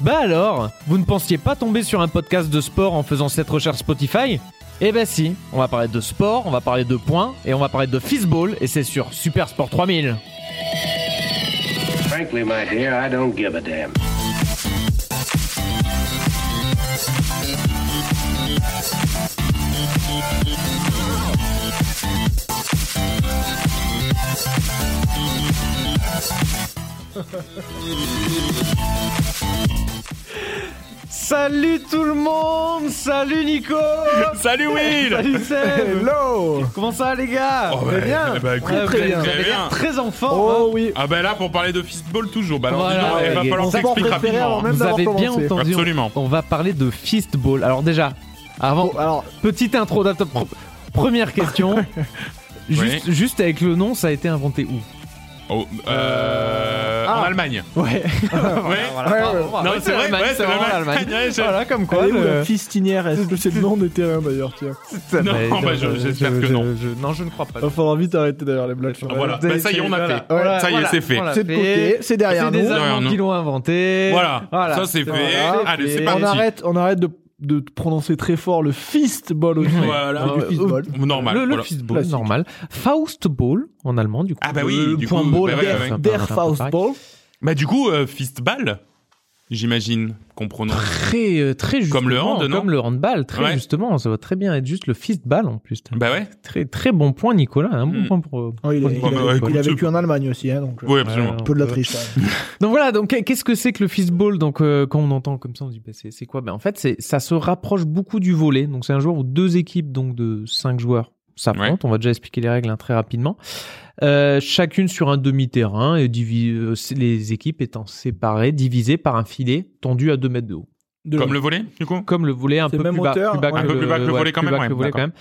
Bah alors, vous ne pensiez pas tomber sur un podcast de sport en faisant cette recherche Spotify Eh ben si, on va parler de sport, on va parler de points, et on va parler de fistball, et c'est sur Super Sport 3000. Frankly, my dear, I don't give a damn. Salut tout le monde Salut Nico Salut Will Salut Seb Hello Comment ça va, les gars Oh, Vous ouais. allez bien Eh ben, écoute, Ouais, très vous bien. avez Très l'air bien. Très en forme Oh hein. oui Ah ben là pour parler de fistball toujours, bah alors Voilà, dis donc, ouais, il va les falloir gars. que t'expliques Sport préféré, rapidement. hein. alors même Vous d'avoir avez bien commencé. entendu, on- Absolument. on va parler de fistball. Alors déjà, avant, Oh. Bon, alors, Petite intro d'Aptop Pro. Première question. Juste, juste avec le nom, ça a été inventé où Oh, euh, En Ah. Allemagne. Ouais. Ouais. ouais, ouais. Non, c'est vrai, ouais, c'est vraiment l'Allemagne. Ouais, je- Voilà, comme quoi. elle est où le- la fistinière Est-ce que c'est le nom des terrains d'ailleurs tiens Ça, Non, bah, bah, je- je- j'espère que je- non. je- Non, je ne crois pas. Va falloir vite arrêter d'ailleurs les blagues. sur elle. Voilà, bah, ça y est, on a Voilà, fait. voilà, Ça y est, voilà, c'est fait. on l'a C'est de côté, c'est derrière C'est des nous. Derrière Allemands nous. qui l'ont inventé. Voilà. Voilà. ça c'est fait. Voilà. Allez, c'est Et On parti. arrête, on arrête de, de prononcer très fort le fistball aussi. Voilà. C'est du fistball. Normal. Le, le voilà. fistball, Classique. normal. Faustball en allemand, du coup. Ah bah oui, Le du point coup, ball, bah ouais, c'est ouais. un peu- c'est un Der peu Faustball. Bah du coup, euh, fistball, j'imagine qu'on prononce. Très, euh, très justement. Comme le hand, non Comme le handball, très Ouais. justement. Ça va très bien être juste le fistball en plus. Bah ouais. Très, très bon point, Nicolas. Un bon Hmm. point pour. euh, Oh, il, a, il a- bah, ouais, il a écoute, vécu en Allemagne aussi, hein, donc euh, Oui, absolument. Ouais, peu de la ouais. triche. quand même. Donc voilà, donc euh, qu'est-ce que c'est que le fistball Donc euh, quand on entend comme ça, on se dit bah, c'est c'est quoi Ben en fait, c'est ça se rapproche beaucoup du volet. Donc c'est un joueur où deux équipes donc de cinq joueurs s'affrontent. Ouais. On va déjà expliquer les règles hein, très rapidement. Euh, chacune sur un demi-terrain et divi- euh, c'est- les équipes étant séparées, divisées par un filet tendu à 2 mètres de haut. De Comme loin. le volet, du coup Comme le volet un C'est peu même plus bas, hauteur, plus bas ouais. que Un peu plus bas que le ouais, volet quand plus même, bas que le ouais, volet quand même.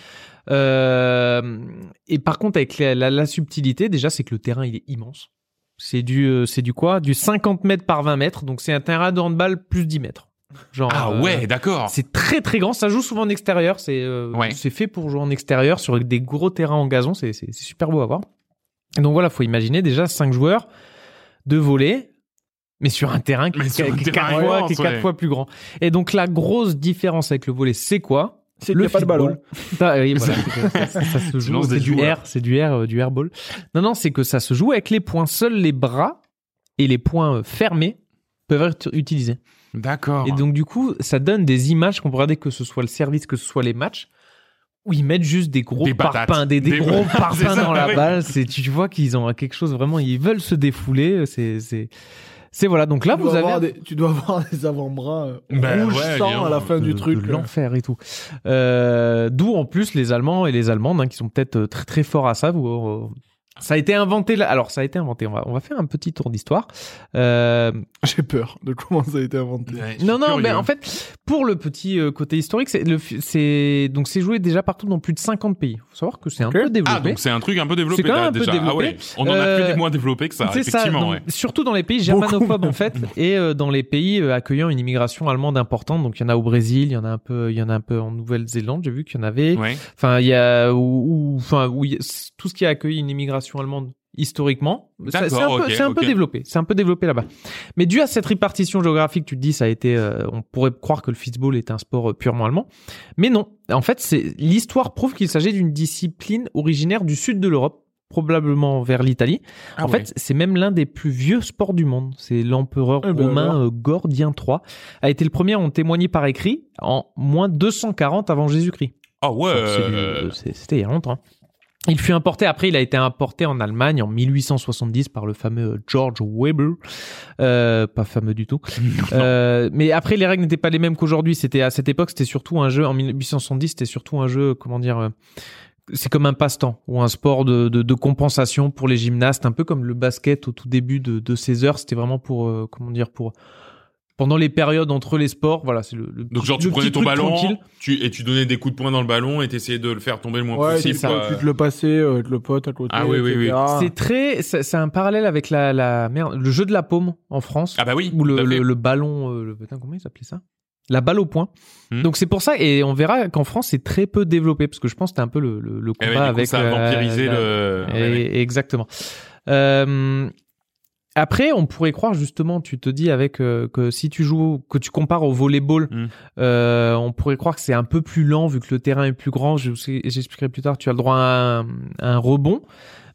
Euh, et par contre, avec la, la- la subtilité, déjà, c'est que le terrain, il est immense. C'est du, euh, c'est du quoi Du 50 mètres par 20 mètres. Donc, c'est un terrain de handball plus 10 mètres. Genre, Ah euh, ouais, d'accord. C'est très très grand. Ça joue souvent en extérieur. C'est euh, Ouais. c'est fait pour jouer en extérieur sur des gros terrains en gazon. C'est c'est- c'est super beau à voir. Et Donc voilà, faut imaginer déjà 5 joueurs, deux volets, mais sur un terrain qui, Mais sur qui- un qui est terrain 4 fois, immense, qui est quatre ouais. fois plus grand. Et donc la grosse différence avec le volet, c'est quoi C'est qu'il n'y a pas de football. ballon. Ah, oui, voilà, c'est- ça, ça se joue, Silence des c'est du joueurs. air, c'est du air, euh, du airball. Non, non, c'est que ça se joue avec les points. Seuls les bras et les points euh, fermés peuvent être utilisés. D'accord. Et donc, du coup, ça donne des images qu'on peut regarder, que ce soit le service, que ce soit les matchs, où ils mettent juste des gros Des patates. parpaings, des, des Des- gros C'est parpaings ça, dans la ouais. balle. C'est, tu vois qu'ils ont quelque chose vraiment, ils veulent se défouler. C'est, c'est, c'est voilà. Donc là, tu, vous dois avez avoir des, tu dois avoir des avant-bras euh, Bah rouge ouais, sang bien. à la fin de- du de truc. euh. là. l'enfer et tout. Euh, D'où en plus les Allemands et les Allemandes hein, qui sont peut-être euh, très très forts à ça. vous, euh, ça a été inventé là. Alors ça a été inventé. On va, on va faire un petit tour d'histoire. Euh, J'ai peur de comment ça a été inventé. Ouais, je suis non non, curieux. mais en fait pour le petit euh, côté historique, c'est le fi- c'est donc c'est joué déjà partout dans plus de 50 pays. Faut savoir que c'est un Ok. peu Ah, développé. donc c'est un truc un peu développé C'est quand même là, un peu déjà. Ah développé. ouais, on en a Euh, fait des moins développés que ça, C'est ça, effectivement. donc, ouais. surtout dans les pays Beaucoup. germanophobes en fait, et euh, dans les pays euh, accueillant une immigration allemande importante. Donc il y en a au Brésil, il y en a un peu, il y en a un peu en Nouvelle-Zélande. J'ai vu qu'il y en avait. Ouais. Enfin, il y a ou, ou- enfin où il y a- c- tout ce qui a accueilli une immigration allemande historiquement, ça- c'est un, D'accord, peu, ok, c'est un peu ok. développé, c'est un peu développé là-bas. Mais dû à cette répartition géographique, tu te dis, ça a été, euh, on pourrait croire que le football est un sport euh, purement allemand, mais non. En fait, c'est l'histoire prouve qu'il s'agit d'une discipline originaire du sud de l'Europe, probablement vers l'Italie. Ah en ouais. fait, c'est même l'un des plus vieux sports du monde. C'est l'empereur Eh ben romain alors. euh, Gordien III a été le premier à en témoigner par écrit en moins 240 avant Jésus-Christ. Ah ouais. Donc, c'est du- euh, c'est- C'était il y a longtemps. hein. Il fut importé, après il a été importé en Allemagne en 1870 par le fameux George Weber. Euh, pas fameux du tout. Euh, mais après les règles n'étaient pas les mêmes qu'aujourd'hui. C'était à cette époque, c'était surtout un jeu, en 1870, c'était surtout un jeu, comment dire, euh, c'est comme un passe-temps ou un sport de, de, de compensation pour les gymnastes, un peu comme le basket au tout début de, de 16 heures. C'était vraiment pour, euh, comment dire, pour... Pendant les périodes entre les sports, voilà, c'est le, le Donc petit- genre tu le prenais petit ton truc ballon tranquille. tu, et tu donnais des coups de poing dans le ballon et t'essayais de le faire tomber le moins Ouais, possible. tu ça. quoi. peux te le passer euh, avec le pote à côté. Ah oui, oui, oui. etc. C'est très, c'est c'est un parallèle avec la, la merde, le jeu de la paume en France, Ah bah oui. ou le, tout à fait. le- le ballon, euh, le, putain, comment ils appelaient ça La balle au point. Hmm. Donc c'est pour ça, et on verra qu'en France c'est très peu développé, parce que je pense que c'était un peu le, le, le Eh combat euh, ouais, du coup, avec. ça a euh, vampirisé la- le. et- Exactement. Euh, Après, on pourrait croire justement, tu te dis avec euh, que si tu joues, que tu compares au volleyball, Mm. euh, on pourrait croire que c'est un peu plus lent vu que le terrain est plus grand. Je vous sais- J'expliquerai plus tard. Tu as le droit à un, à un rebond,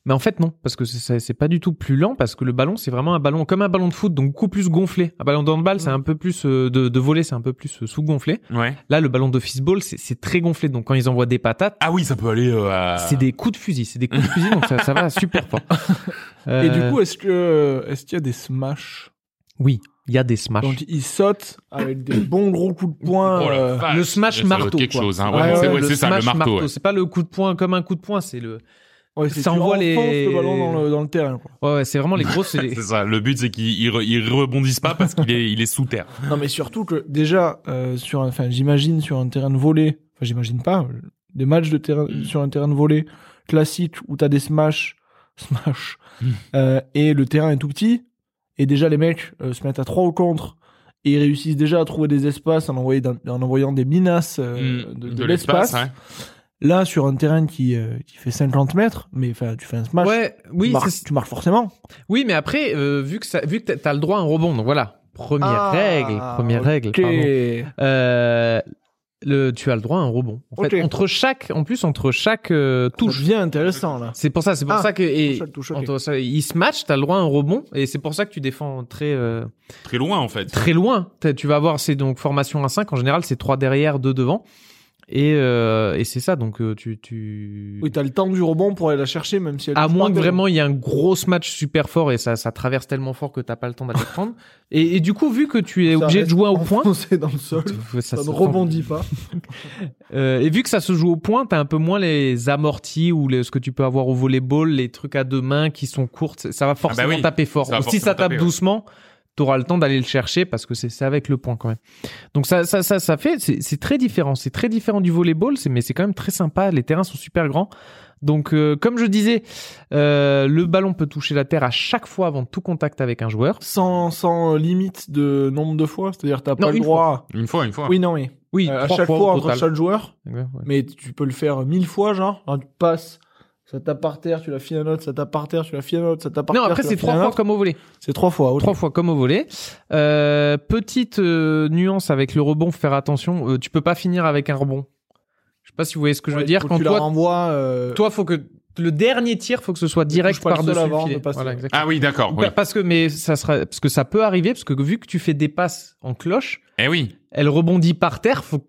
mais en fait non, parce que c'est- c'est c'est pas du tout plus lent parce que le ballon c'est vraiment un ballon comme un ballon de foot, donc beaucoup plus gonflé. Un ballon d'handball Mm. c'est un peu plus euh, de, de volet, c'est un peu plus euh, sous gonflé. Ouais. Là, le ballon de fistball c'est- c'est très gonflé, donc quand ils envoient des patates. Ah oui, ça peut aller euh, à. C'est des coups de fusil, c'est des coups de fusil, donc ça, ça va super fort. Et du Euh, coup, est-ce que est-ce qu'il y a des smash oui, il y a des smash. Donc ils sautent avec des bons gros coups de poing. Oh la euh, vache. le smash Ça doit être marteau, quelque quoi. chose, hein. Ouais, Ouais, c'est ouais, ouais, c'est ça, le marteau. ouais. C'est pas le coup de poing comme un coup de poing, c'est le. ouais, c'est Ça tu envoie les- enfonces le ballon dans le, dans le terrain. quoi. Ouais, ouais, c'est vraiment les grosses. c'est les- C'est ça. Le but, c'est qu'ils ils re- ils rebondissent pas parce qu'il est, il est sous terre. Non, mais surtout que déjà euh, sur, un- enfin, j'imagine sur un terrain de volley, enfin, j'imagine pas euh, des matchs de terrain Mm. sur un terrain de volley classique où t'as des smash, smash, Mm. euh, et le terrain est tout petit. Et déjà les mecs euh, se mettent à trois au contre. Et ils réussissent déjà à trouver des espaces en, envoyer dans- en envoyant des menaces euh, Mm. de, de l'espace. ouais. Là, sur un terrain qui, euh, qui fait 50 mètres, mais enfin, tu fais un smash. Ouais, tu, oui, marques, c'est- tu marques forcément. oui, mais après, euh, vu que ça, vu que t'as- t'as le droit à un rebond, donc voilà. Première Ah, règle, première ok. règle. pardon. Euh, le, tu as le droit à un rebond. En fait, Ok. entre chaque, en plus entre chaque euh, Touche. touche. bien intéressant, là. C'est pour ça, c'est pour Ah, ça que et, Touche, touche, ok. entre ça, il se match, t'as le droit à un rebond, et c'est pour ça que tu défends très. euh, Très loin, en fait. très loin. T'as- Tu vas avoir c'est donc formation à 5 en général, c'est 3 derrière, 2 devant. Et, euh, et c'est ça donc euh, tu tu Oui, t'as le temps du rebond pour aller la chercher, même si elle à touche moins que pas, vraiment il y ait un gros match super fort et ça ça traverse tellement fort que t'as pas le temps d'aller prendre. Et, et du coup vu que tu es Ça obligé de reste jouer au point, enfoncé dans le sol. ça, Ça se- ne rebondit pas. Euh, et vu que ça se joue au point, t'as un peu moins les amortis ou les- ce que tu peux avoir au volleyball, les trucs à deux mains qui sont courtes, ça va forcément Ah bah oui, taper fort. ça va si ça forcément tape taper, ouais. doucement, t'auras le temps d'aller le chercher parce que c'est c'est avec le point quand même. Donc ça, ça, ça, ça fait, c'est c'est très différent. C'est très différent du volleyball, c'est- mais c'est quand même très sympa. Les terrains sont super grands. Donc euh, comme je disais, euh, le ballon peut toucher la terre à chaque fois avant tout contact avec un joueur. Sans, sans euh, limite de nombre de fois. C'est-à-dire, t'as Non, pas le une droit. Une fois, une fois. Oui, non, mais. Oui, euh, à trois chaque fois, fois, au entre total. chaque joueur. Ouais, ouais. Mais tu peux le faire mille fois, genre. Hein, tu passes. Ça tape par terre, tu la files à un autre, ça tape par terre, tu la files à un autre, ça tape par Non, terre. après tu la c'est files trois à un fois autre. comme au volet. C'est trois fois. ok. Trois fois comme au volet. Euh, petite euh, nuance avec le rebond, faut faire attention. euh, tu peux pas finir avec un rebond. Je sais pas si vous voyez ce que je veux Ouais, dire. faut que Quand tu la toi, renvoies, euh, toi, faut que le dernier tir, faut que ce soit direct touche pas le par sol dessus. avant filet. de passer. Voilà, exactement. Ah oui, d'accord. Ou Oui. pas- Parce que mais ça sera parce que ça peut arriver parce que vu que tu fais des passes en cloche, Eh oui. elle rebondit par terre. Faut que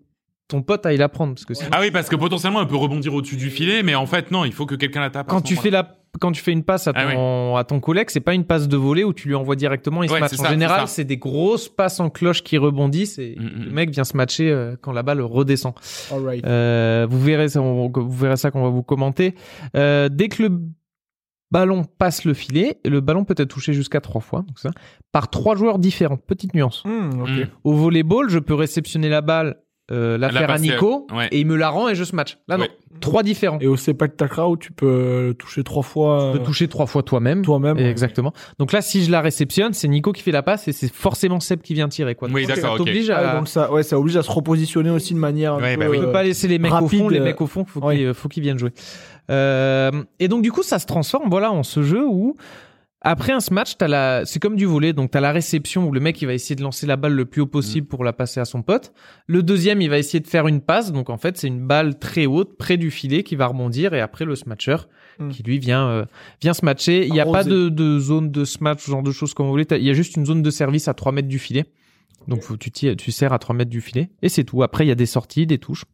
ton pote aille la prendre parce que sinon- Ah oui, parce que potentiellement, elle peut rebondir au-dessus du filet, mais en fait, non, il faut que quelqu'un la tape. à quand ce tu fais la quand tu fais une passe à Ah ton, à ton collègue, c'est pas une passe de volée où tu lui envoies directement, il se Ouais, match. c'est En ça, c'est général, ça. c'est des grosses passes en cloche qui rebondissent et Mm, mm. le mec vient se matcher euh, quand la balle redescend. alright. Euh, vous verrez ça, on- vous verrez ça qu'on va vous commenter. Euh, dès que le ballon passe le filet, le ballon peut être touché jusqu'à trois fois, donc ça, par trois joueurs différents. Petite nuance. Hmm, ok. moment-là. Mm. Au volleyball, je peux réceptionner la balle, euh, la La faire à passer, Nico, ouais. et il me la rend et je se match. Là, non. Ouais. Trois différents. Et au CEPAC Takra où tu peux le toucher trois fois Tu peux euh, toucher trois fois toi-même. toi-même. Et Exactement. Donc là, si je la réceptionne, c'est Nico qui fait la passe et c'est forcément Seb qui vient tirer. Quoi. Donc Oui, ça d'accord, ok. t'oblige Ah, à- donc ça, ouais, ça oblige à se repositionner aussi de manière. un Ouais, peu, bah oui. On peut euh, pas laisser les mecs au fond, rapide, les euh, mecs au fond, faut ouais. qu'ils faut qu'ils viennent jouer. Euh, et donc du coup, ça se transforme voilà en ce jeu où après un smash, t'as la, c'est comme du volet, donc t'as la réception où le mec il va essayer de lancer la balle le plus haut possible pour la passer à son pote. Le deuxième, il va essayer de faire une passe, donc en fait c'est une balle très haute près du filet qui va rebondir et après le smasher Mm. qui lui vient euh, vient se matcher. Il n'y a Arroser. pas de, de zone de smash, ce genre de choses comme vous voulez. T'as- Il y a juste une zone de service à 3 mètres du filet. Donc faut- tu, tires- tu serres à 3 mètres du filet et c'est tout. Après il y a des sorties, des touches.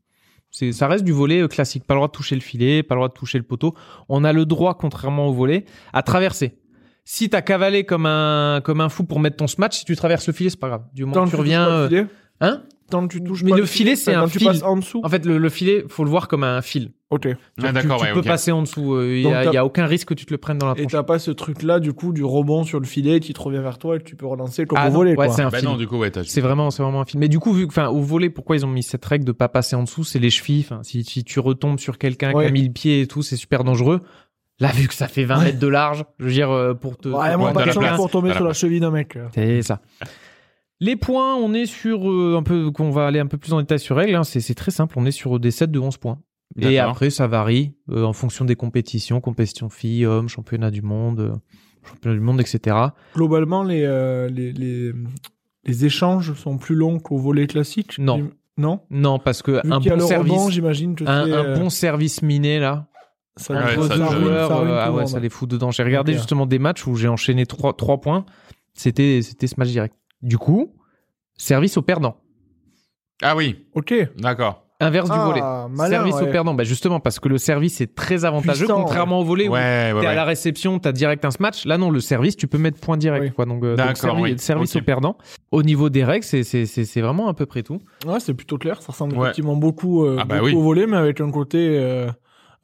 C'est, ça reste du volet euh, classique. Pas le droit de toucher le filet, pas le droit de toucher le poteau. On a le droit, contrairement au volet, à traverser. Si t'as cavalé comme un, comme un fou pour mettre ton smash, si tu traverses le filet, c'est pas grave. Du moment Tant que que tu touches reviens, pas le euh, filet, hein Tant que tu touches Mais pas le filet, c'est quand un tu fil. passes en dessous. En fait, le, le filet, faut le voir comme un fil. Ok. Ah, d'accord, tu ouais, peux ok. passer en dessous. euh, Il Donc, y a, t'as- il y a aucun risque que tu te le prennes dans la Et tronche. t'as pas ce truc-là, du coup, du rebond sur le filet qui te revient vers toi et que tu peux relancer comme Ah au non, volet, ouais, quoi. c'est un Bah fil. non, du coup, ouais, t'as. C'est vraiment, c'est vraiment un film. Mais du coup, vu que, enfin, au volet, pourquoi ils ont mis cette règle de pas passer en dessous, c'est les chevilles. Enfin, si, si tu retombes sur quelqu'un qui Ouais. a mis le pied et tout, c'est super dangereux. Là, vu que ça fait 20 mètres de large, je veux dire, euh, pour te. Vraiment Ouais, pour t'as pas de la quelqu'un, chance place, pour tomber t'as la sur la place. cheville d'un mec. C'est ça. Les points, on est sur euh, un peu qu'on va aller un peu plus en détail sur règles. hein. C'est c'est très simple. On est sur des sets de 11 points. Et D'accord. après, ça varie euh, en fonction des compétitions, compétition filles, hommes, championnat du monde. euh, championnat du monde, etc. Globalement, les, euh, les, les, les échanges sont plus longs qu'au volet classique Non. J'im- Non Non, parce que Vu un qu'il y a bon le rebond, service, j'imagine que un, c'est... un euh, bon service miné là, ça Ouais, entre doit- ça deux ruine- joueurs, ruine euh, tout ah le ouais, monde. ça les fout dedans. J'ai regardé clair. justement des matchs où j'ai enchaîné trois trois points. C'était c'était ce match direct. Du coup, service au perdant, Ah oui, Ok. d'accord. inverse du volet. Ah, malin, service ouais. au perdant, bah justement parce que le service est très avantageux Puissant, contrairement au volet Ouais, où ouais, T'es à ouais. la réception, t'as direct un smash. Là, non, le service, tu peux mettre point direct. Oui. Quoi. Donc, euh, D'accord, donc servi- oui. service Ok. au perdant. Au niveau des règles, c'est- c'est c'est- c'est vraiment à peu près tout. Ouais, c'est plutôt clair. Ça ressemble Ouais. effectivement beaucoup, euh, Ah bah beaucoup oui. au volet, mais avec un côté, euh,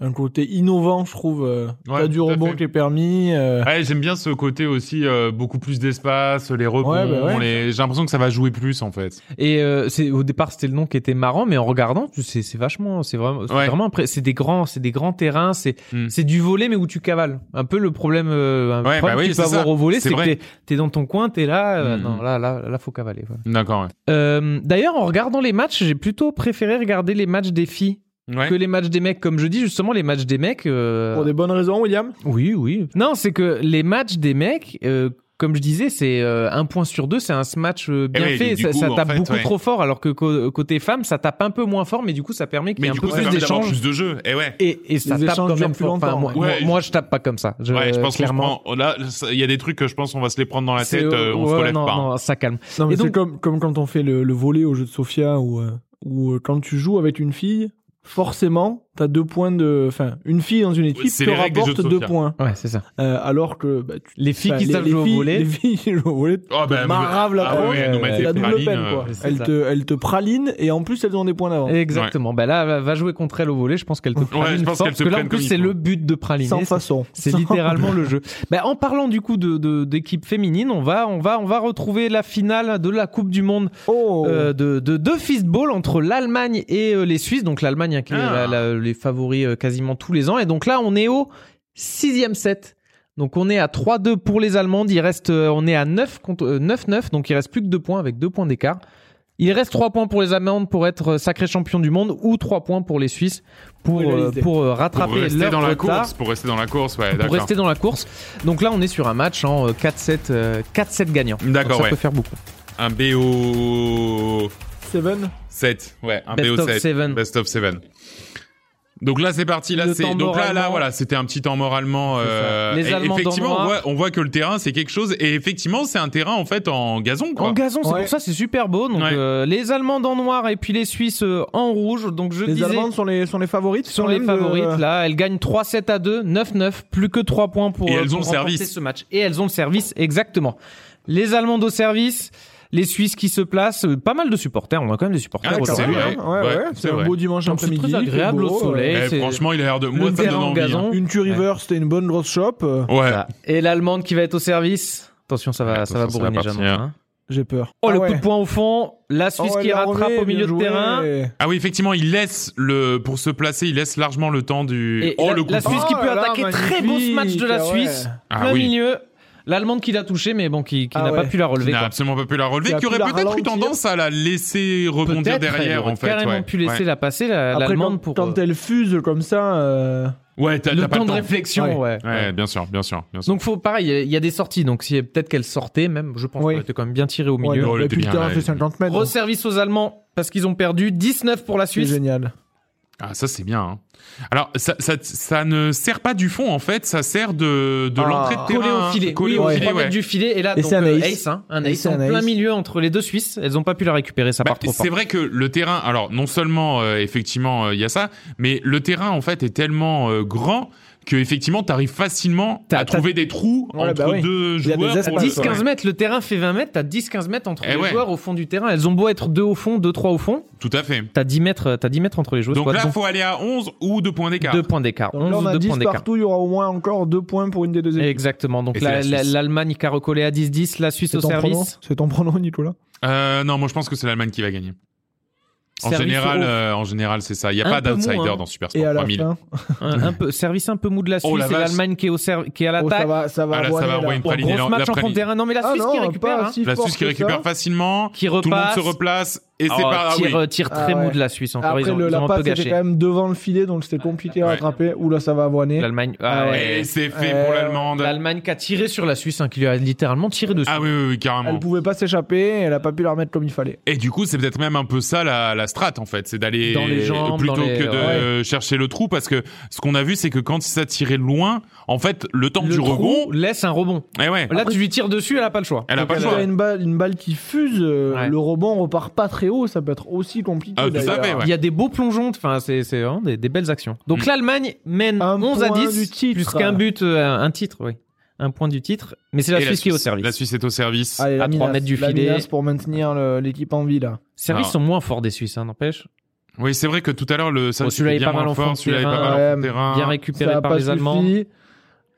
un côté innovant, je trouve. euh. Ouais, T'as du tout à rebond fait. qui est permis. euh, Ouais, j'aime bien ce côté aussi, euh, beaucoup plus d'espace, les rebonds, Ouais, bah ouais. les- j'ai l'impression que ça va jouer plus en fait. Et euh, c'est- au départ, c'était le nom qui était marrant, mais en regardant, tu- c'est c'est vachement, c'est vraiment, c'est Ouais. vraiment, impré- c'est des grands, c'est des grands terrains, c'est Hmm. c'est du volet mais où tu cavales. Un peu le problème, euh, un Ouais, problème bah oui, que tu peux c'est avoir ça. au volet, C'est c'est que vrai. t'es- t'es dans ton coin, t'es là, euh, Hmm. non, là, là, là, faut cavaler. voilà. D'accord, Euh, D'ailleurs, en regardant les matchs, j'ai plutôt préféré regarder les matchs des filles ouais. Ouais. que les matchs des mecs. Comme je dis justement, les matchs des mecs. euh, Pour des bonnes raisons, William. Oui, oui. Non, c'est que les matchs des mecs, euh, comme je disais, c'est euh, un point sur deux, c'est un smash euh, bien Eh oui, fait. du Ça, coup, ça en tape fait, beaucoup ouais. trop fort, alors que co- côté femme, ça tape un peu moins fort, mais du coup, ça permet qu'il y Mais ait un du peu coup, ça plus permet d'avoir d'échanges. plus de jeux. Et ouais. Et, et ça Les tape échanges quand durent même plus fort. Enfin, longtemps, moi, ouais. moi- Ouais, je- moi, je tape pas comme ça. Je, Ouais, je pense qu'on se Euh, clairement. prend. Là, ça- il y a des trucs que je pense on va se les prendre dans la c'est- tête, euh, on se ouais, relève non, pas. hein. non, ça calme. Non, mais Et c'est donc- comme, comme quand on fait le, le volet au jeu de Sofia ou euh, ou, euh, quand tu joues avec une fille, forcément, t'as deux points de. Enfin, une fille dans une équipe c'est te les règles des jeux rapporte de deux Sofia. points. Ouais, c'est ça. Euh, alors que. bah, tu- Les filles enfin, qui les- savent les jouer au filles- volet. Les filles qui jouent au volet, Oh, ben, marave la ah pointe, ouais, elles nous mettent c'est des la double pralines, peine, euh, quoi. c'est Elle ça. te, elle te praline et en plus, elles ont des points d'avance. Exactement. Ben là, va- va jouer contre elle au volet. Je pense qu'elle te praline je pense fort, qu'elle parce te que là, en prenne plus, comme il c'est faut. le but de praliner. Sans c'est- façon. C'est Sans- littéralement le jeu. Bah, en parlant du coup de de- d'équipe féminine, on va on va on va retrouver la finale de la Coupe du Monde Oh euh, de de, de fistball entre l'Allemagne et euh, les Suisses. Donc l'Allemagne hein, qui est la- Ah. la- les favoris euh, quasiment tous les ans. Et donc là, on est au sixième set. Donc on est à 3-2 pour les Allemandes. Il reste euh, on est à 9 contre euh, 9-9. Donc il reste plus que deux points avec deux points d'écart. Il reste trois points pour les Allemandes pour être euh, sacrés champions du monde ou trois points pour les Suisses pour Oui, la euh, liste est- pour euh, Pour rattraper rester leur dans la retard course, pour rester dans la course, ouais, pour d'accord. rester dans la course. Donc là, on est sur un match en euh, 4-7 euh, 4-7 gagnant. D'accord, Donc ça ouais. peut faire beaucoup. Un BO Seven 7, ouais, un Best BO of 7. seven. Best of 7. Donc là, c'est parti. Là, Le c'est temps donc là, là, moralement. voilà, c'était un petit temps moralement. C'est ça. euh, Les et Allemands dans le effectivement, on noir. voit, on voit que le terrain, c'est quelque chose. Et effectivement, c'est un terrain en fait en gazon, quoi. En gazon, c'est Ouais. pour ça, c'est super beau. Donc Ouais. euh, les Allemands en noir et puis les Suisses euh, en rouge. Donc je Les disais. Allemandes sont les, sont les favorites sont euh, quand les même, favorites de- là, elles gagnent 3-7 à 2, 9-9, plus que 3 points pour, Et euh, elles pour ont le remporter service. ce match. Et elles ont le service, exactement. Les Allemandes au service, les Suisses qui se placent, euh, pas mal de supporters, on a quand même des supporters Ah, au c'est service. vrai. Ouais, ouais, Ouais, c'est c'est un vrai. beau dimanche Donc, c'est après-midi. très il fait agréable beau, au soleil. ouais. Et Eh, c'est- franchement, il a l'air de. Le Moi, ça me terrain donne en envie. hein. gazon. Une Tue River, c'était une bonne grosse shop. euh, Ouais. Voilà. Et l'Allemande qui va être au service. Attention, ça va, Attention, ça va ça va bourriner, partir. j'annonce, hein. J'ai peur. Oh, Ah le ouais. coup de poing au fond. La Oh, Suisse elle qui la rattrape remet, au milieu bien de joué. terrain. Ah oui, effectivement, il laisse le pour se placer, il laisse largement le temps du. Et oh la- le coup. la de- Suisse qui Oh peut là là, attaquer. Très beau ce match de la magnifique, ah ouais. Suisse. ah Plein oui. milieu. L'Allemande qui l'a touché, mais bon, qui, qui Ah n'a pas ouais. pu la Il relever. n'a quoi. absolument pas pu la relever, Il a qui pu aurait la peut-être eu ralentir. tendance à la laisser rebondir Peut-être, derrière, elle en aurait fait. carrément ouais. pu laisser Ouais. la passer, la- Après, quand, l'Allemande, pour quand euh, elle fuse comme ça, euh, Ouais, t'as le t'as pas temps le de temps. réflexion. Ouais. Ouais, bien sûr, bien sûr, bien sûr. Donc, faut, pareil, il y a- il y, a des sorties. Donc, si, peut-être qu'elle sortait, même, je pense Oui. qu'elle était quand même bien tirée au ouais, milieu. non, Oh, elle et était puis le bien, terrain elle fait était- 50 mètres. donc Resservice aux Allemands, parce qu'ils ont perdu 19 pour la C'est Suisse. génial. Ah, ça, c'est bien. hein. Alors, ça, ça, ça ne sert pas du fond, en fait. Ça sert de, de Ah. l'entrée de collé terrain. au hein. filet, Collé Oui, au aux ouais. filet, trois ouais. mètres du filet. Et là, Et donc, c'est un euh, ace. ace, hein, un Et ace c'est en un plein ace. milieu entre les deux Suisses. Elles n'ont pas pu la récupérer, ça Bah, part trop fort. c'est vrai que le terrain, alors non seulement euh, effectivement euh, il y a ça, mais le terrain en fait est tellement euh, grand que effectivement t'arrives facilement T'as- à t'as- trouver des trous Ouais, entre bah oui. deux Il y a joueurs. des pour le- espaces, 10-15 mètres, le terrain fait 20 mètres, t'as 10-15 mètres entre Eh les ouais. joueurs au fond du terrain. Elles ont beau être deux au fond, deux, trois au fond, Tout à fait. t'as 10 mètres, t'as 10 mètres entre les joueurs. Donc là, faut aller à 11 ou 2 points d'écart. deux points d'écart, Donc là, 11 on ou a deux 10 points d'écart. partout, il y aura au moins encore 2 points pour une des deux équipes. Exactement. Donc Et c'est la- la la- Suisse. l'Allemagne qui a recollé à 10-10, la Suisse C'est au ton pronom service. C'est ton pronom, Nicolas Euh, non, moi je pense que c'est l'Allemagne qui va gagner. En Service général, au- euh, en général, c'est ça. Il y a Un pas peu d'outsider moins, hein. dans Super Et Sport à la 3000. fin, oh, un, un peu, service un peu mou de la Suisse Oh, la et vache. l'Allemagne qui est, au serv- qui est à oh, ça l'attaque. va, ça va. Ah là, ça voler, va là. envoyer une Oh, Praliné, grosse la- match la en fond de Praliné. terrain. Non mais la Ah Suisse non, qui récupère, pas hein, si La fort Suisse qui que récupère ça. facilement, qui tout le monde repasse. se replace Et c'est Oh, pas. ah oui. tire, tire très Ah ouais. mou de la Suisse encore. Après, ils ont, le, ils la ont un peu patte, c'était gâché. quand même devant le filet, donc c'était compliqué à Ouais. rattraper. Oula, ça va avoiner. L'Allemagne. Ah ah ouais. Et c'est fait Euh, pour l'allemande. L'Allemagne qui a tiré sur la Suisse, hein, qui lui a littéralement tiré dessus. Ah oui, oui, oui, Elle carrément. pouvait pas s'échapper, elle a pas pu la remettre comme il fallait. Et du coup, c'est peut-être même un peu ça la, la strat en fait, c'est d'aller Dans les jambes, plutôt dans les- que de euh, chercher le trou parce que ce qu'on a vu, c'est que quand ça tirait loin, en fait, le temps Le du trou rebond, laisse un rebond. eh ouais, Là, tu lui tires dessus, elle a pas le choix. elle a Donc, pas le quand choix. il y a une balle, une balle qui fuse, euh, Ouais. le rebond repart pas très haut, ça peut être aussi compliqué. Ah, tout à d'ailleurs. fait, ouais. Il y a des beaux plongeons, enfin c'est c'est vraiment des, des belles actions. Donc Mm. l'Allemagne mène Un 11 à point 10 du titre. plus qu'un but, euh, un titre, oui, un point du titre. Mais c'est la Et Suisse qui est au service. La Suisse est au service. Allez, la à trois minace, mètres du la filet. minace pour maintenir le- l'équipe en vie là. Services Ah. sont moins forts des Suisses, hein, n'empêche. Oui, c'est vrai que tout à l'heure, le service celui-là est était bien pas mal moins en fond fort, de celui-là est pas terrain, mal en fond de ouais, terrain. Bien Ça récupéré a par pas les Allemands. suffi.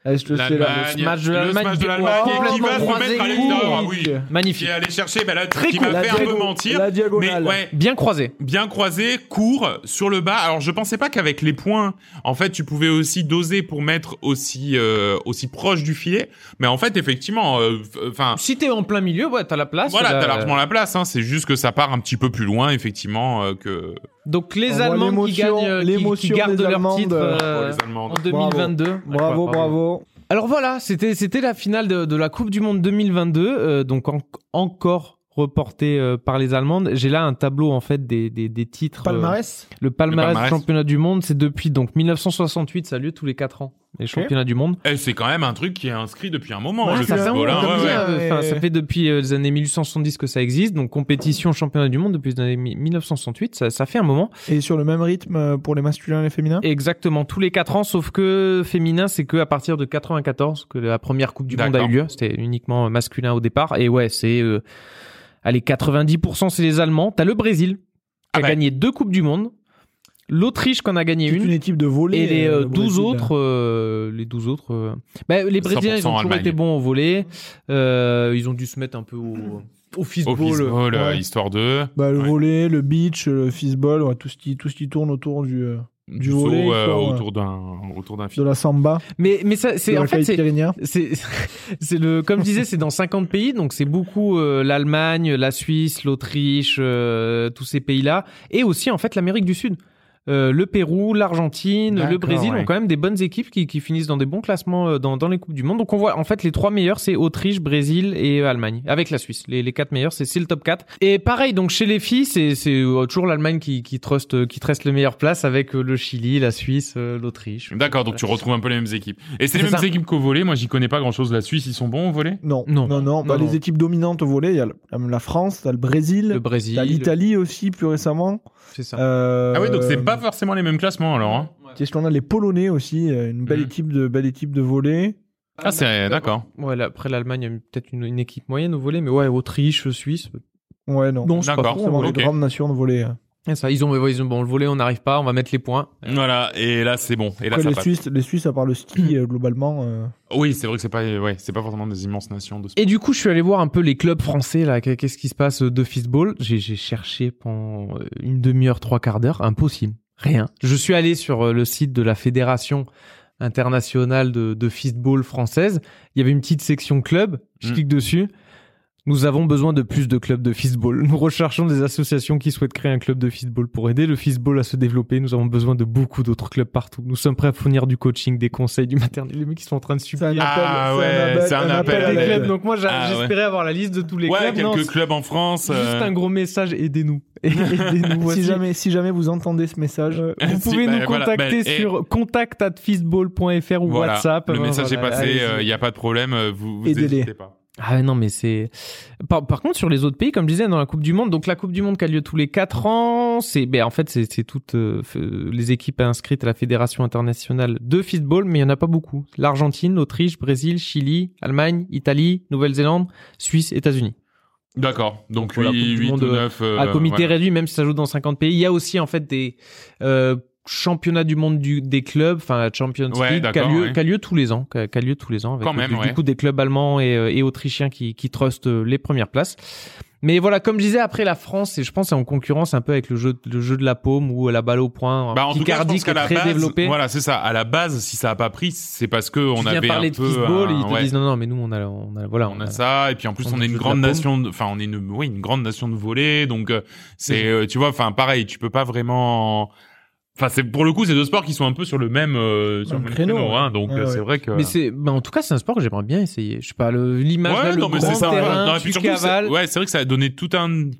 Eh, je te sais, là, Le smash de l'Allemagne, Le smash de bien- l'Allemagne Oh, et qui va se complètement mettre à croisé. l'extérieur. Ah Ouh. oui. Qui Magnifique, est allé chercher, bah là, Très qui cool. m'a La fait un peu diago- mentir. la mais diagonale. ouais, bien croisé. bien croisé, court, sur le bas. Alors, je pensais pas qu'avec les points, en fait, tu pouvais aussi doser pour mettre aussi, euh, aussi proche du filet. Mais en fait, effectivement, euh, enfin, Si t'es en plein milieu, ouais, t'as la place. Euh, voilà, là. t'as largement la place, hein. C'est juste que ça part un petit peu plus loin, effectivement, euh, que Donc On les voit Allemands qui l'émotion- gagnent, euh, qui- qui, l'émotion gardent des leur Allemandes, titre euh, pour euh, les Allemands. en 2022. Bravo, Ouais, bravo. Alors voilà, c'était c'était la finale de, de la Coupe du Monde 2022, euh, donc en- encore reportée euh, par les Allemandes. J'ai là un tableau en fait des, des, des titres. euh, Palmarès. le palmarès, Le palmarès. du championnat du monde, c'est depuis donc 1968, ça a lieu tous les 4 ans, les championnats du monde. Eh, c'est quand même un truc qui est inscrit depuis un moment, Ouais, le ça fait un football, hein. moment, Ouais, comme ouais. ça. Euh, enfin, ouais. ça fait depuis euh, les années 1870 que ça existe, donc compétition championnat du monde depuis les années mi- 1968, ça, ça fait un moment. Et sur le même rythme euh, pour les masculins et les féminins. Exactement, tous les 4 ans, sauf que féminin, c'est que à partir de 94 que la première Coupe du Monde a eu D'accord. lieu. C'était uniquement euh, masculin au départ. Et ouais, c'est. euh, allez, 90% c'est les Allemands. T'as le Brésil, qui Ah a bah. gagné deux Coupes du Monde. L'Autriche, qu'on a gagné C'est une une. équipe de volley. Et les euh, euh, le 12 Brésil. autres, euh, les 12 autres, euh, bah, les Brésiliens, ils ont 100% toujours Allemagne. été bons au volet. Euh, ils ont dû se mettre un peu au, Mmh. au Au fistball. fistball, euh, Ouais. histoire de. Bah, le Ouais. volley, le beach, le fistball, ouais, tout, ce qui, tout ce qui tourne autour du, euh, Du saut, volley, euh, quoi, ouais. autour d'un, autour d'un de fil. la samba, Mais, mais ça, de c'est, en la fait, c'est, caipirinha. C'est, c'est le, comme je disais, c'est dans 50 pays, donc c'est beaucoup euh, l'Allemagne, la Suisse, l'Autriche, euh, tous ces pays-là, et aussi en fait l'Amérique du Sud. Euh, le Pérou, l'Argentine, le D'accord, Brésil ouais. ont quand même des bonnes équipes qui, qui finissent dans des bons classements euh, dans, dans les Coupes du Monde. Donc on voit en fait les trois meilleurs, c'est Autriche, Brésil et euh, Allemagne, avec la Suisse. Les, les quatre meilleurs, c'est, c'est le top 4. Et pareil, donc chez les filles, c'est, c'est euh, toujours l'Allemagne qui, qui, truste, euh, qui trust le meilleur place avec euh, le Chili, la Suisse, euh, l'Autriche. D'accord, donc tu retrouves un peu les mêmes équipes. Et c'est les C'est mêmes ça. équipes qu'au volet. Moi, j'y connais pas grand chose. La Suisse, ils sont bons au volet. Non, Non. non, non. Bah, Non, les non. équipes dominantes au volley, il y a le- la France, t'as le Le Brésil, Brésil, t'as l'Italie aussi plus récemment. c'est ça. Euh, Ah oui, donc c'est pas forcément les mêmes classements alors. hein. Qu'est-ce qu'on a les Polonais aussi, euh, une belle Mhm. équipe de belle équipe de volley. Ah, c'est d'accord. Ouais, là, après l'Allemagne il y a peut-être une, une équipe moyenne au volet, mais ouais, Autriche, Suisse. Ouais, non. Non, c'est pas hein. D'accord. faux. Forcément, ouais. ok. les grandes nations de volley. hein. Et ça, ils ont, ils ont- bon, le volet, on n'arrive pas, on va mettre les points. Voilà, et là c'est bon. Et là Après, ça les passe. Suisses, les Suisses à part le ski euh, globalement. euh, Oui, c'est vrai que c'est pas, ouais, c'est pas forcément des immenses nations de. Et du coup, je suis allé voir un peu les clubs français, là, qu'est- qu'est-ce qui se passe euh, de fistball. J'ai j'ai cherché pendant euh, une demi-heure, trois quarts d'heure, impossible, rien. Je suis allé sur euh, le site de la Fédération internationale de, de fistball française. Il y avait une petite section club, je Mm. clique dessus. Nous avons besoin de plus de clubs de fistball. Nous recherchons des associations qui souhaitent créer un club de fistball pour aider le fistball à se développer. Nous avons besoin de beaucoup d'autres clubs partout. Nous sommes prêts à fournir du coaching, des conseils, du maternel. Les mecs qui sont en train de C'est subir. un Ah appel, ouais, c'est un appel à Des l'aide. clubs. Donc moi, j'a- Ah, ouais. j'espérais avoir la liste de tous les ouais, clubs. quelques Non, c'est clubs en France. juste euh, un gros message. Aidez-nous. Aidez-nous. voici. Si jamais, si jamais vous entendez ce message, Euh, Si, vous pouvez bah, nous voilà, contacter bah, et- sur contact@fistball.fr ou voilà, WhatsApp. Le Voilà, message est voilà, passé. Il allez-y. n'y a pas de problème. euh, Vous, vous Aidez-les. hésitez pas. Ah ouais, non, mais c'est. Par, par contre, sur les autres pays, comme je disais, dans la Coupe du Monde, donc la Coupe du Monde qui a lieu tous les 4 ans, c'est. Ben, en fait, c'est c'est toutes euh, f- euh, les équipes inscrites à la Fédération internationale de football, mais il n'y en a pas beaucoup. L'Argentine, l'Autriche, Brésil, Chili, Allemagne, Italie, Nouvelle-Zélande, Suisse, États-Unis. D'accord. Donc Voilà, 8, Coupe du Monde, ou euh, 9. euh, à comité voilà. réduit, même si ça joue dans 50 pays. Il y a aussi en fait des euh, championnats du monde du, des clubs, enfin la Champions Ouais, League, qui a, d'accord, lieu, ouais. qui a lieu tous les ans, qui a, qui a lieu tous les ans, avec Quand euh, même, du, du ouais. coup des clubs allemands et, euh, et autrichiens qui, qui trustent euh, les premières places. Mais voilà, comme je disais, après la France, et je pense, est en concurrence un peu avec le jeu, le jeu de la paume ou la balle au point. hein. Bah, en tout cas, je Picardie qui pense qu'à est la très base, développé. voilà, c'est ça. À la base, si ça a pas pris, c'est parce que Tu on viens avait parler un de peu, football, un- ils te ouais, disent non, non, mais nous, on a, on a, voilà, on a a- ça. Et puis en plus, on on a le est une jeu de grande la nation, de- enfin, on est une, oui, une grande nation de volley. Donc, euh, c'est, euh, tu vois, enfin, pareil, tu peux pas vraiment. Enfin, c'est pour le coup, c'est deux sports qui sont un peu sur le même, euh, sur Même le même créneau, créneau, hein, donc Ouais, euh, ouais. c'est vrai que. Mais c'est, bah, en tout cas, c'est un sport que j'aimerais bien essayer. Je sais pas, le- l'image, là, Ouais, le non, mais grand c'est ça. terrain, ouais. Non, et tu puis surtout, c'est- cavales. ouais, c'est vrai que ça a donné tout un,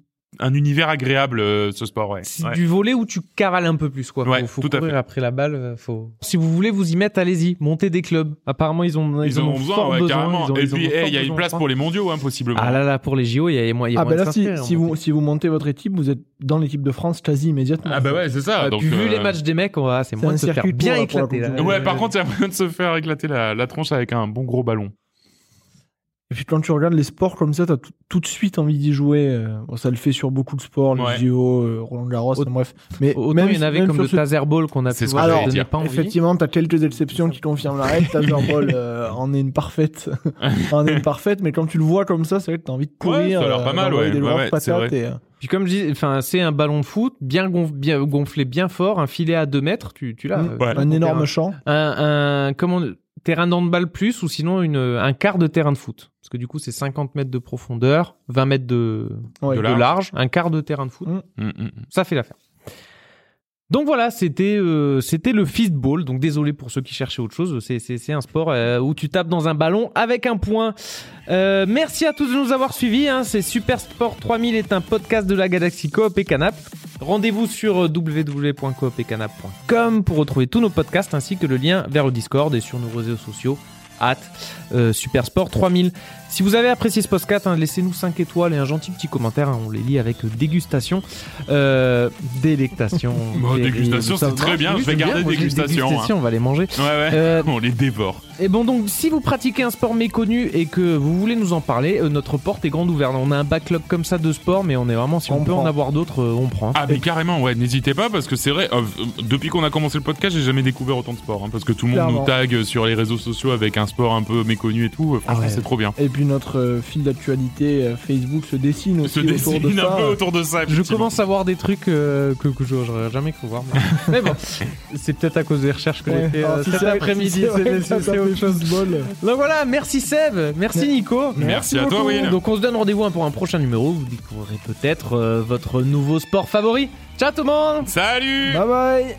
un univers agréable, euh, ce sport, ouais. C'est Ouais. du volet où tu cavales un peu plus, quoi. Ouais, faut faut tout à courir après la balle. euh, Faut... Si vous voulez vous y mettre, allez-y. Montez des clubs. Apparemment, ils ont, Ils en ont besoin, fort ouais, besoin. carrément. Ils ont- et ils en puis, ont eh, fort il y a une besoin, place je pour les mondiaux, hein, possiblement. crois. Ah là là, pour les JO, il y a moyen. il y a moyen Ah, ben de hein, là, si, s'inscrire, si en vous, montée. si vous montez votre équipe, vous êtes dans l'équipe de France quasi immédiatement. Ah bah ouais, c'est ça. Ah, donc, puis vu euh, les matchs des mecs, on va- c'est c'est moins un de se faire circuit pour bien la- pour la éclater. Coupe là. du Monde. Ouais, par contre, il y a moyen de se faire éclater la, la tronche avec un bon gros ballon. Et puis quand tu regardes les sports comme ça, t'as tout, tout de suite envie d'y jouer. Euh, bon, ça le fait sur beaucoup de sports, les Ouais. JO, euh, Roland Garros, Au- bref. Mais Autant même, il y en avait même comme sur le ce- taser ball qu'on a C'est pu ce voir, que j'allais ça donnait dire. pas envie. Effectivement, t'as quelques exceptions qui confirment la règle. Tazerball euh, en est une parfaite, en est une parfaite. Mais quand tu le vois comme ça, c'est vrai que t'as envie de courir, euh, ça a l'air pas mal, d'envoyer ouais. des Ouais, lourdes ouais, c'est patates. vrai. et, euh, Puis comme je dis, enfin, c'est un ballon de foot bien, gonf- bien gonflé, bien fort, un filet à 2 mètres, tu, tu l'as. Mm. euh, Ouais. sur un ton énorme terrain. champ. Un, un comment, terrain d'handball plus ou sinon une, un quart de terrain de foot. Parce que du coup, c'est 50 mètres de profondeur, 20 mètres de, Ouais. De de Large. large, un quart de terrain de foot. Mm, mm, mm. Ça fait l'affaire. Donc voilà, c'était euh, c'était le fistball. Donc désolé pour ceux qui cherchaient autre chose. C'est c'est c'est un sport euh, où tu tapes dans un ballon avec un point. Euh, merci à tous de nous avoir suivis. hein. C'est Super Sport 3000 est un podcast de la galaxie Coop et Canap. Rendez-vous sur euh, www.coopetcanap.com pour retrouver tous nos podcasts ainsi que le lien vers le Discord et sur nos réseaux sociaux. At euh, Supersport 3000. Si vous avez apprécié ce podcast, hein, laissez-nous 5 étoiles et un gentil petit commentaire. hein. on les lit avec dégustation. Euh, délectation. Bon, Dé- dégustation, ça c'est va. très bien, Oui, je vais c'est garder moi, je dis dégustation, hein. On va les manger. Ouais, ouais. Euh, On les dévore. et Eh bon, donc, si vous pratiquez un sport méconnu et que vous voulez nous en parler, euh, notre porte est grande ouverte. On a un backlog comme ça de sports, mais on est vraiment, si on, On peut en prend. avoir d'autres, euh, on prend. Ah mais carrément, ouais, n'hésitez pas parce que c'est vrai, euh, euh, depuis qu'on a commencé le podcast, j'ai jamais découvert autant de sports hein, parce que tout le monde Clairement. nous tag sur les réseaux sociaux avec un sport un peu méconnu et tout. euh, Ah Franchement, ouais. c'est trop bien. Et puis notre euh, fil d'actualité euh, Facebook se dessine aussi Se autour de dessine un ça. peu autour de ça. Je effectivement. commence à voir des trucs euh, que, que j'aurais jamais cru voir. moi. Mais, bon, c'est peut-être à cause des recherches que j'ai Ouais. fait euh, Alors, si cet c'est- si après-midi. c'est c'est- vrai que ça c'est- c'est autre s'appelle chose. football. Donc voilà, merci Seb, merci Ouais. Nico. Merci à toi, beaucoup. Will. Donc on se donne rendez-vous hein, pour un prochain numéro. Vous découvrirez peut-être euh, votre nouveau sport favori. Ciao tout le monde Salut Bye bye.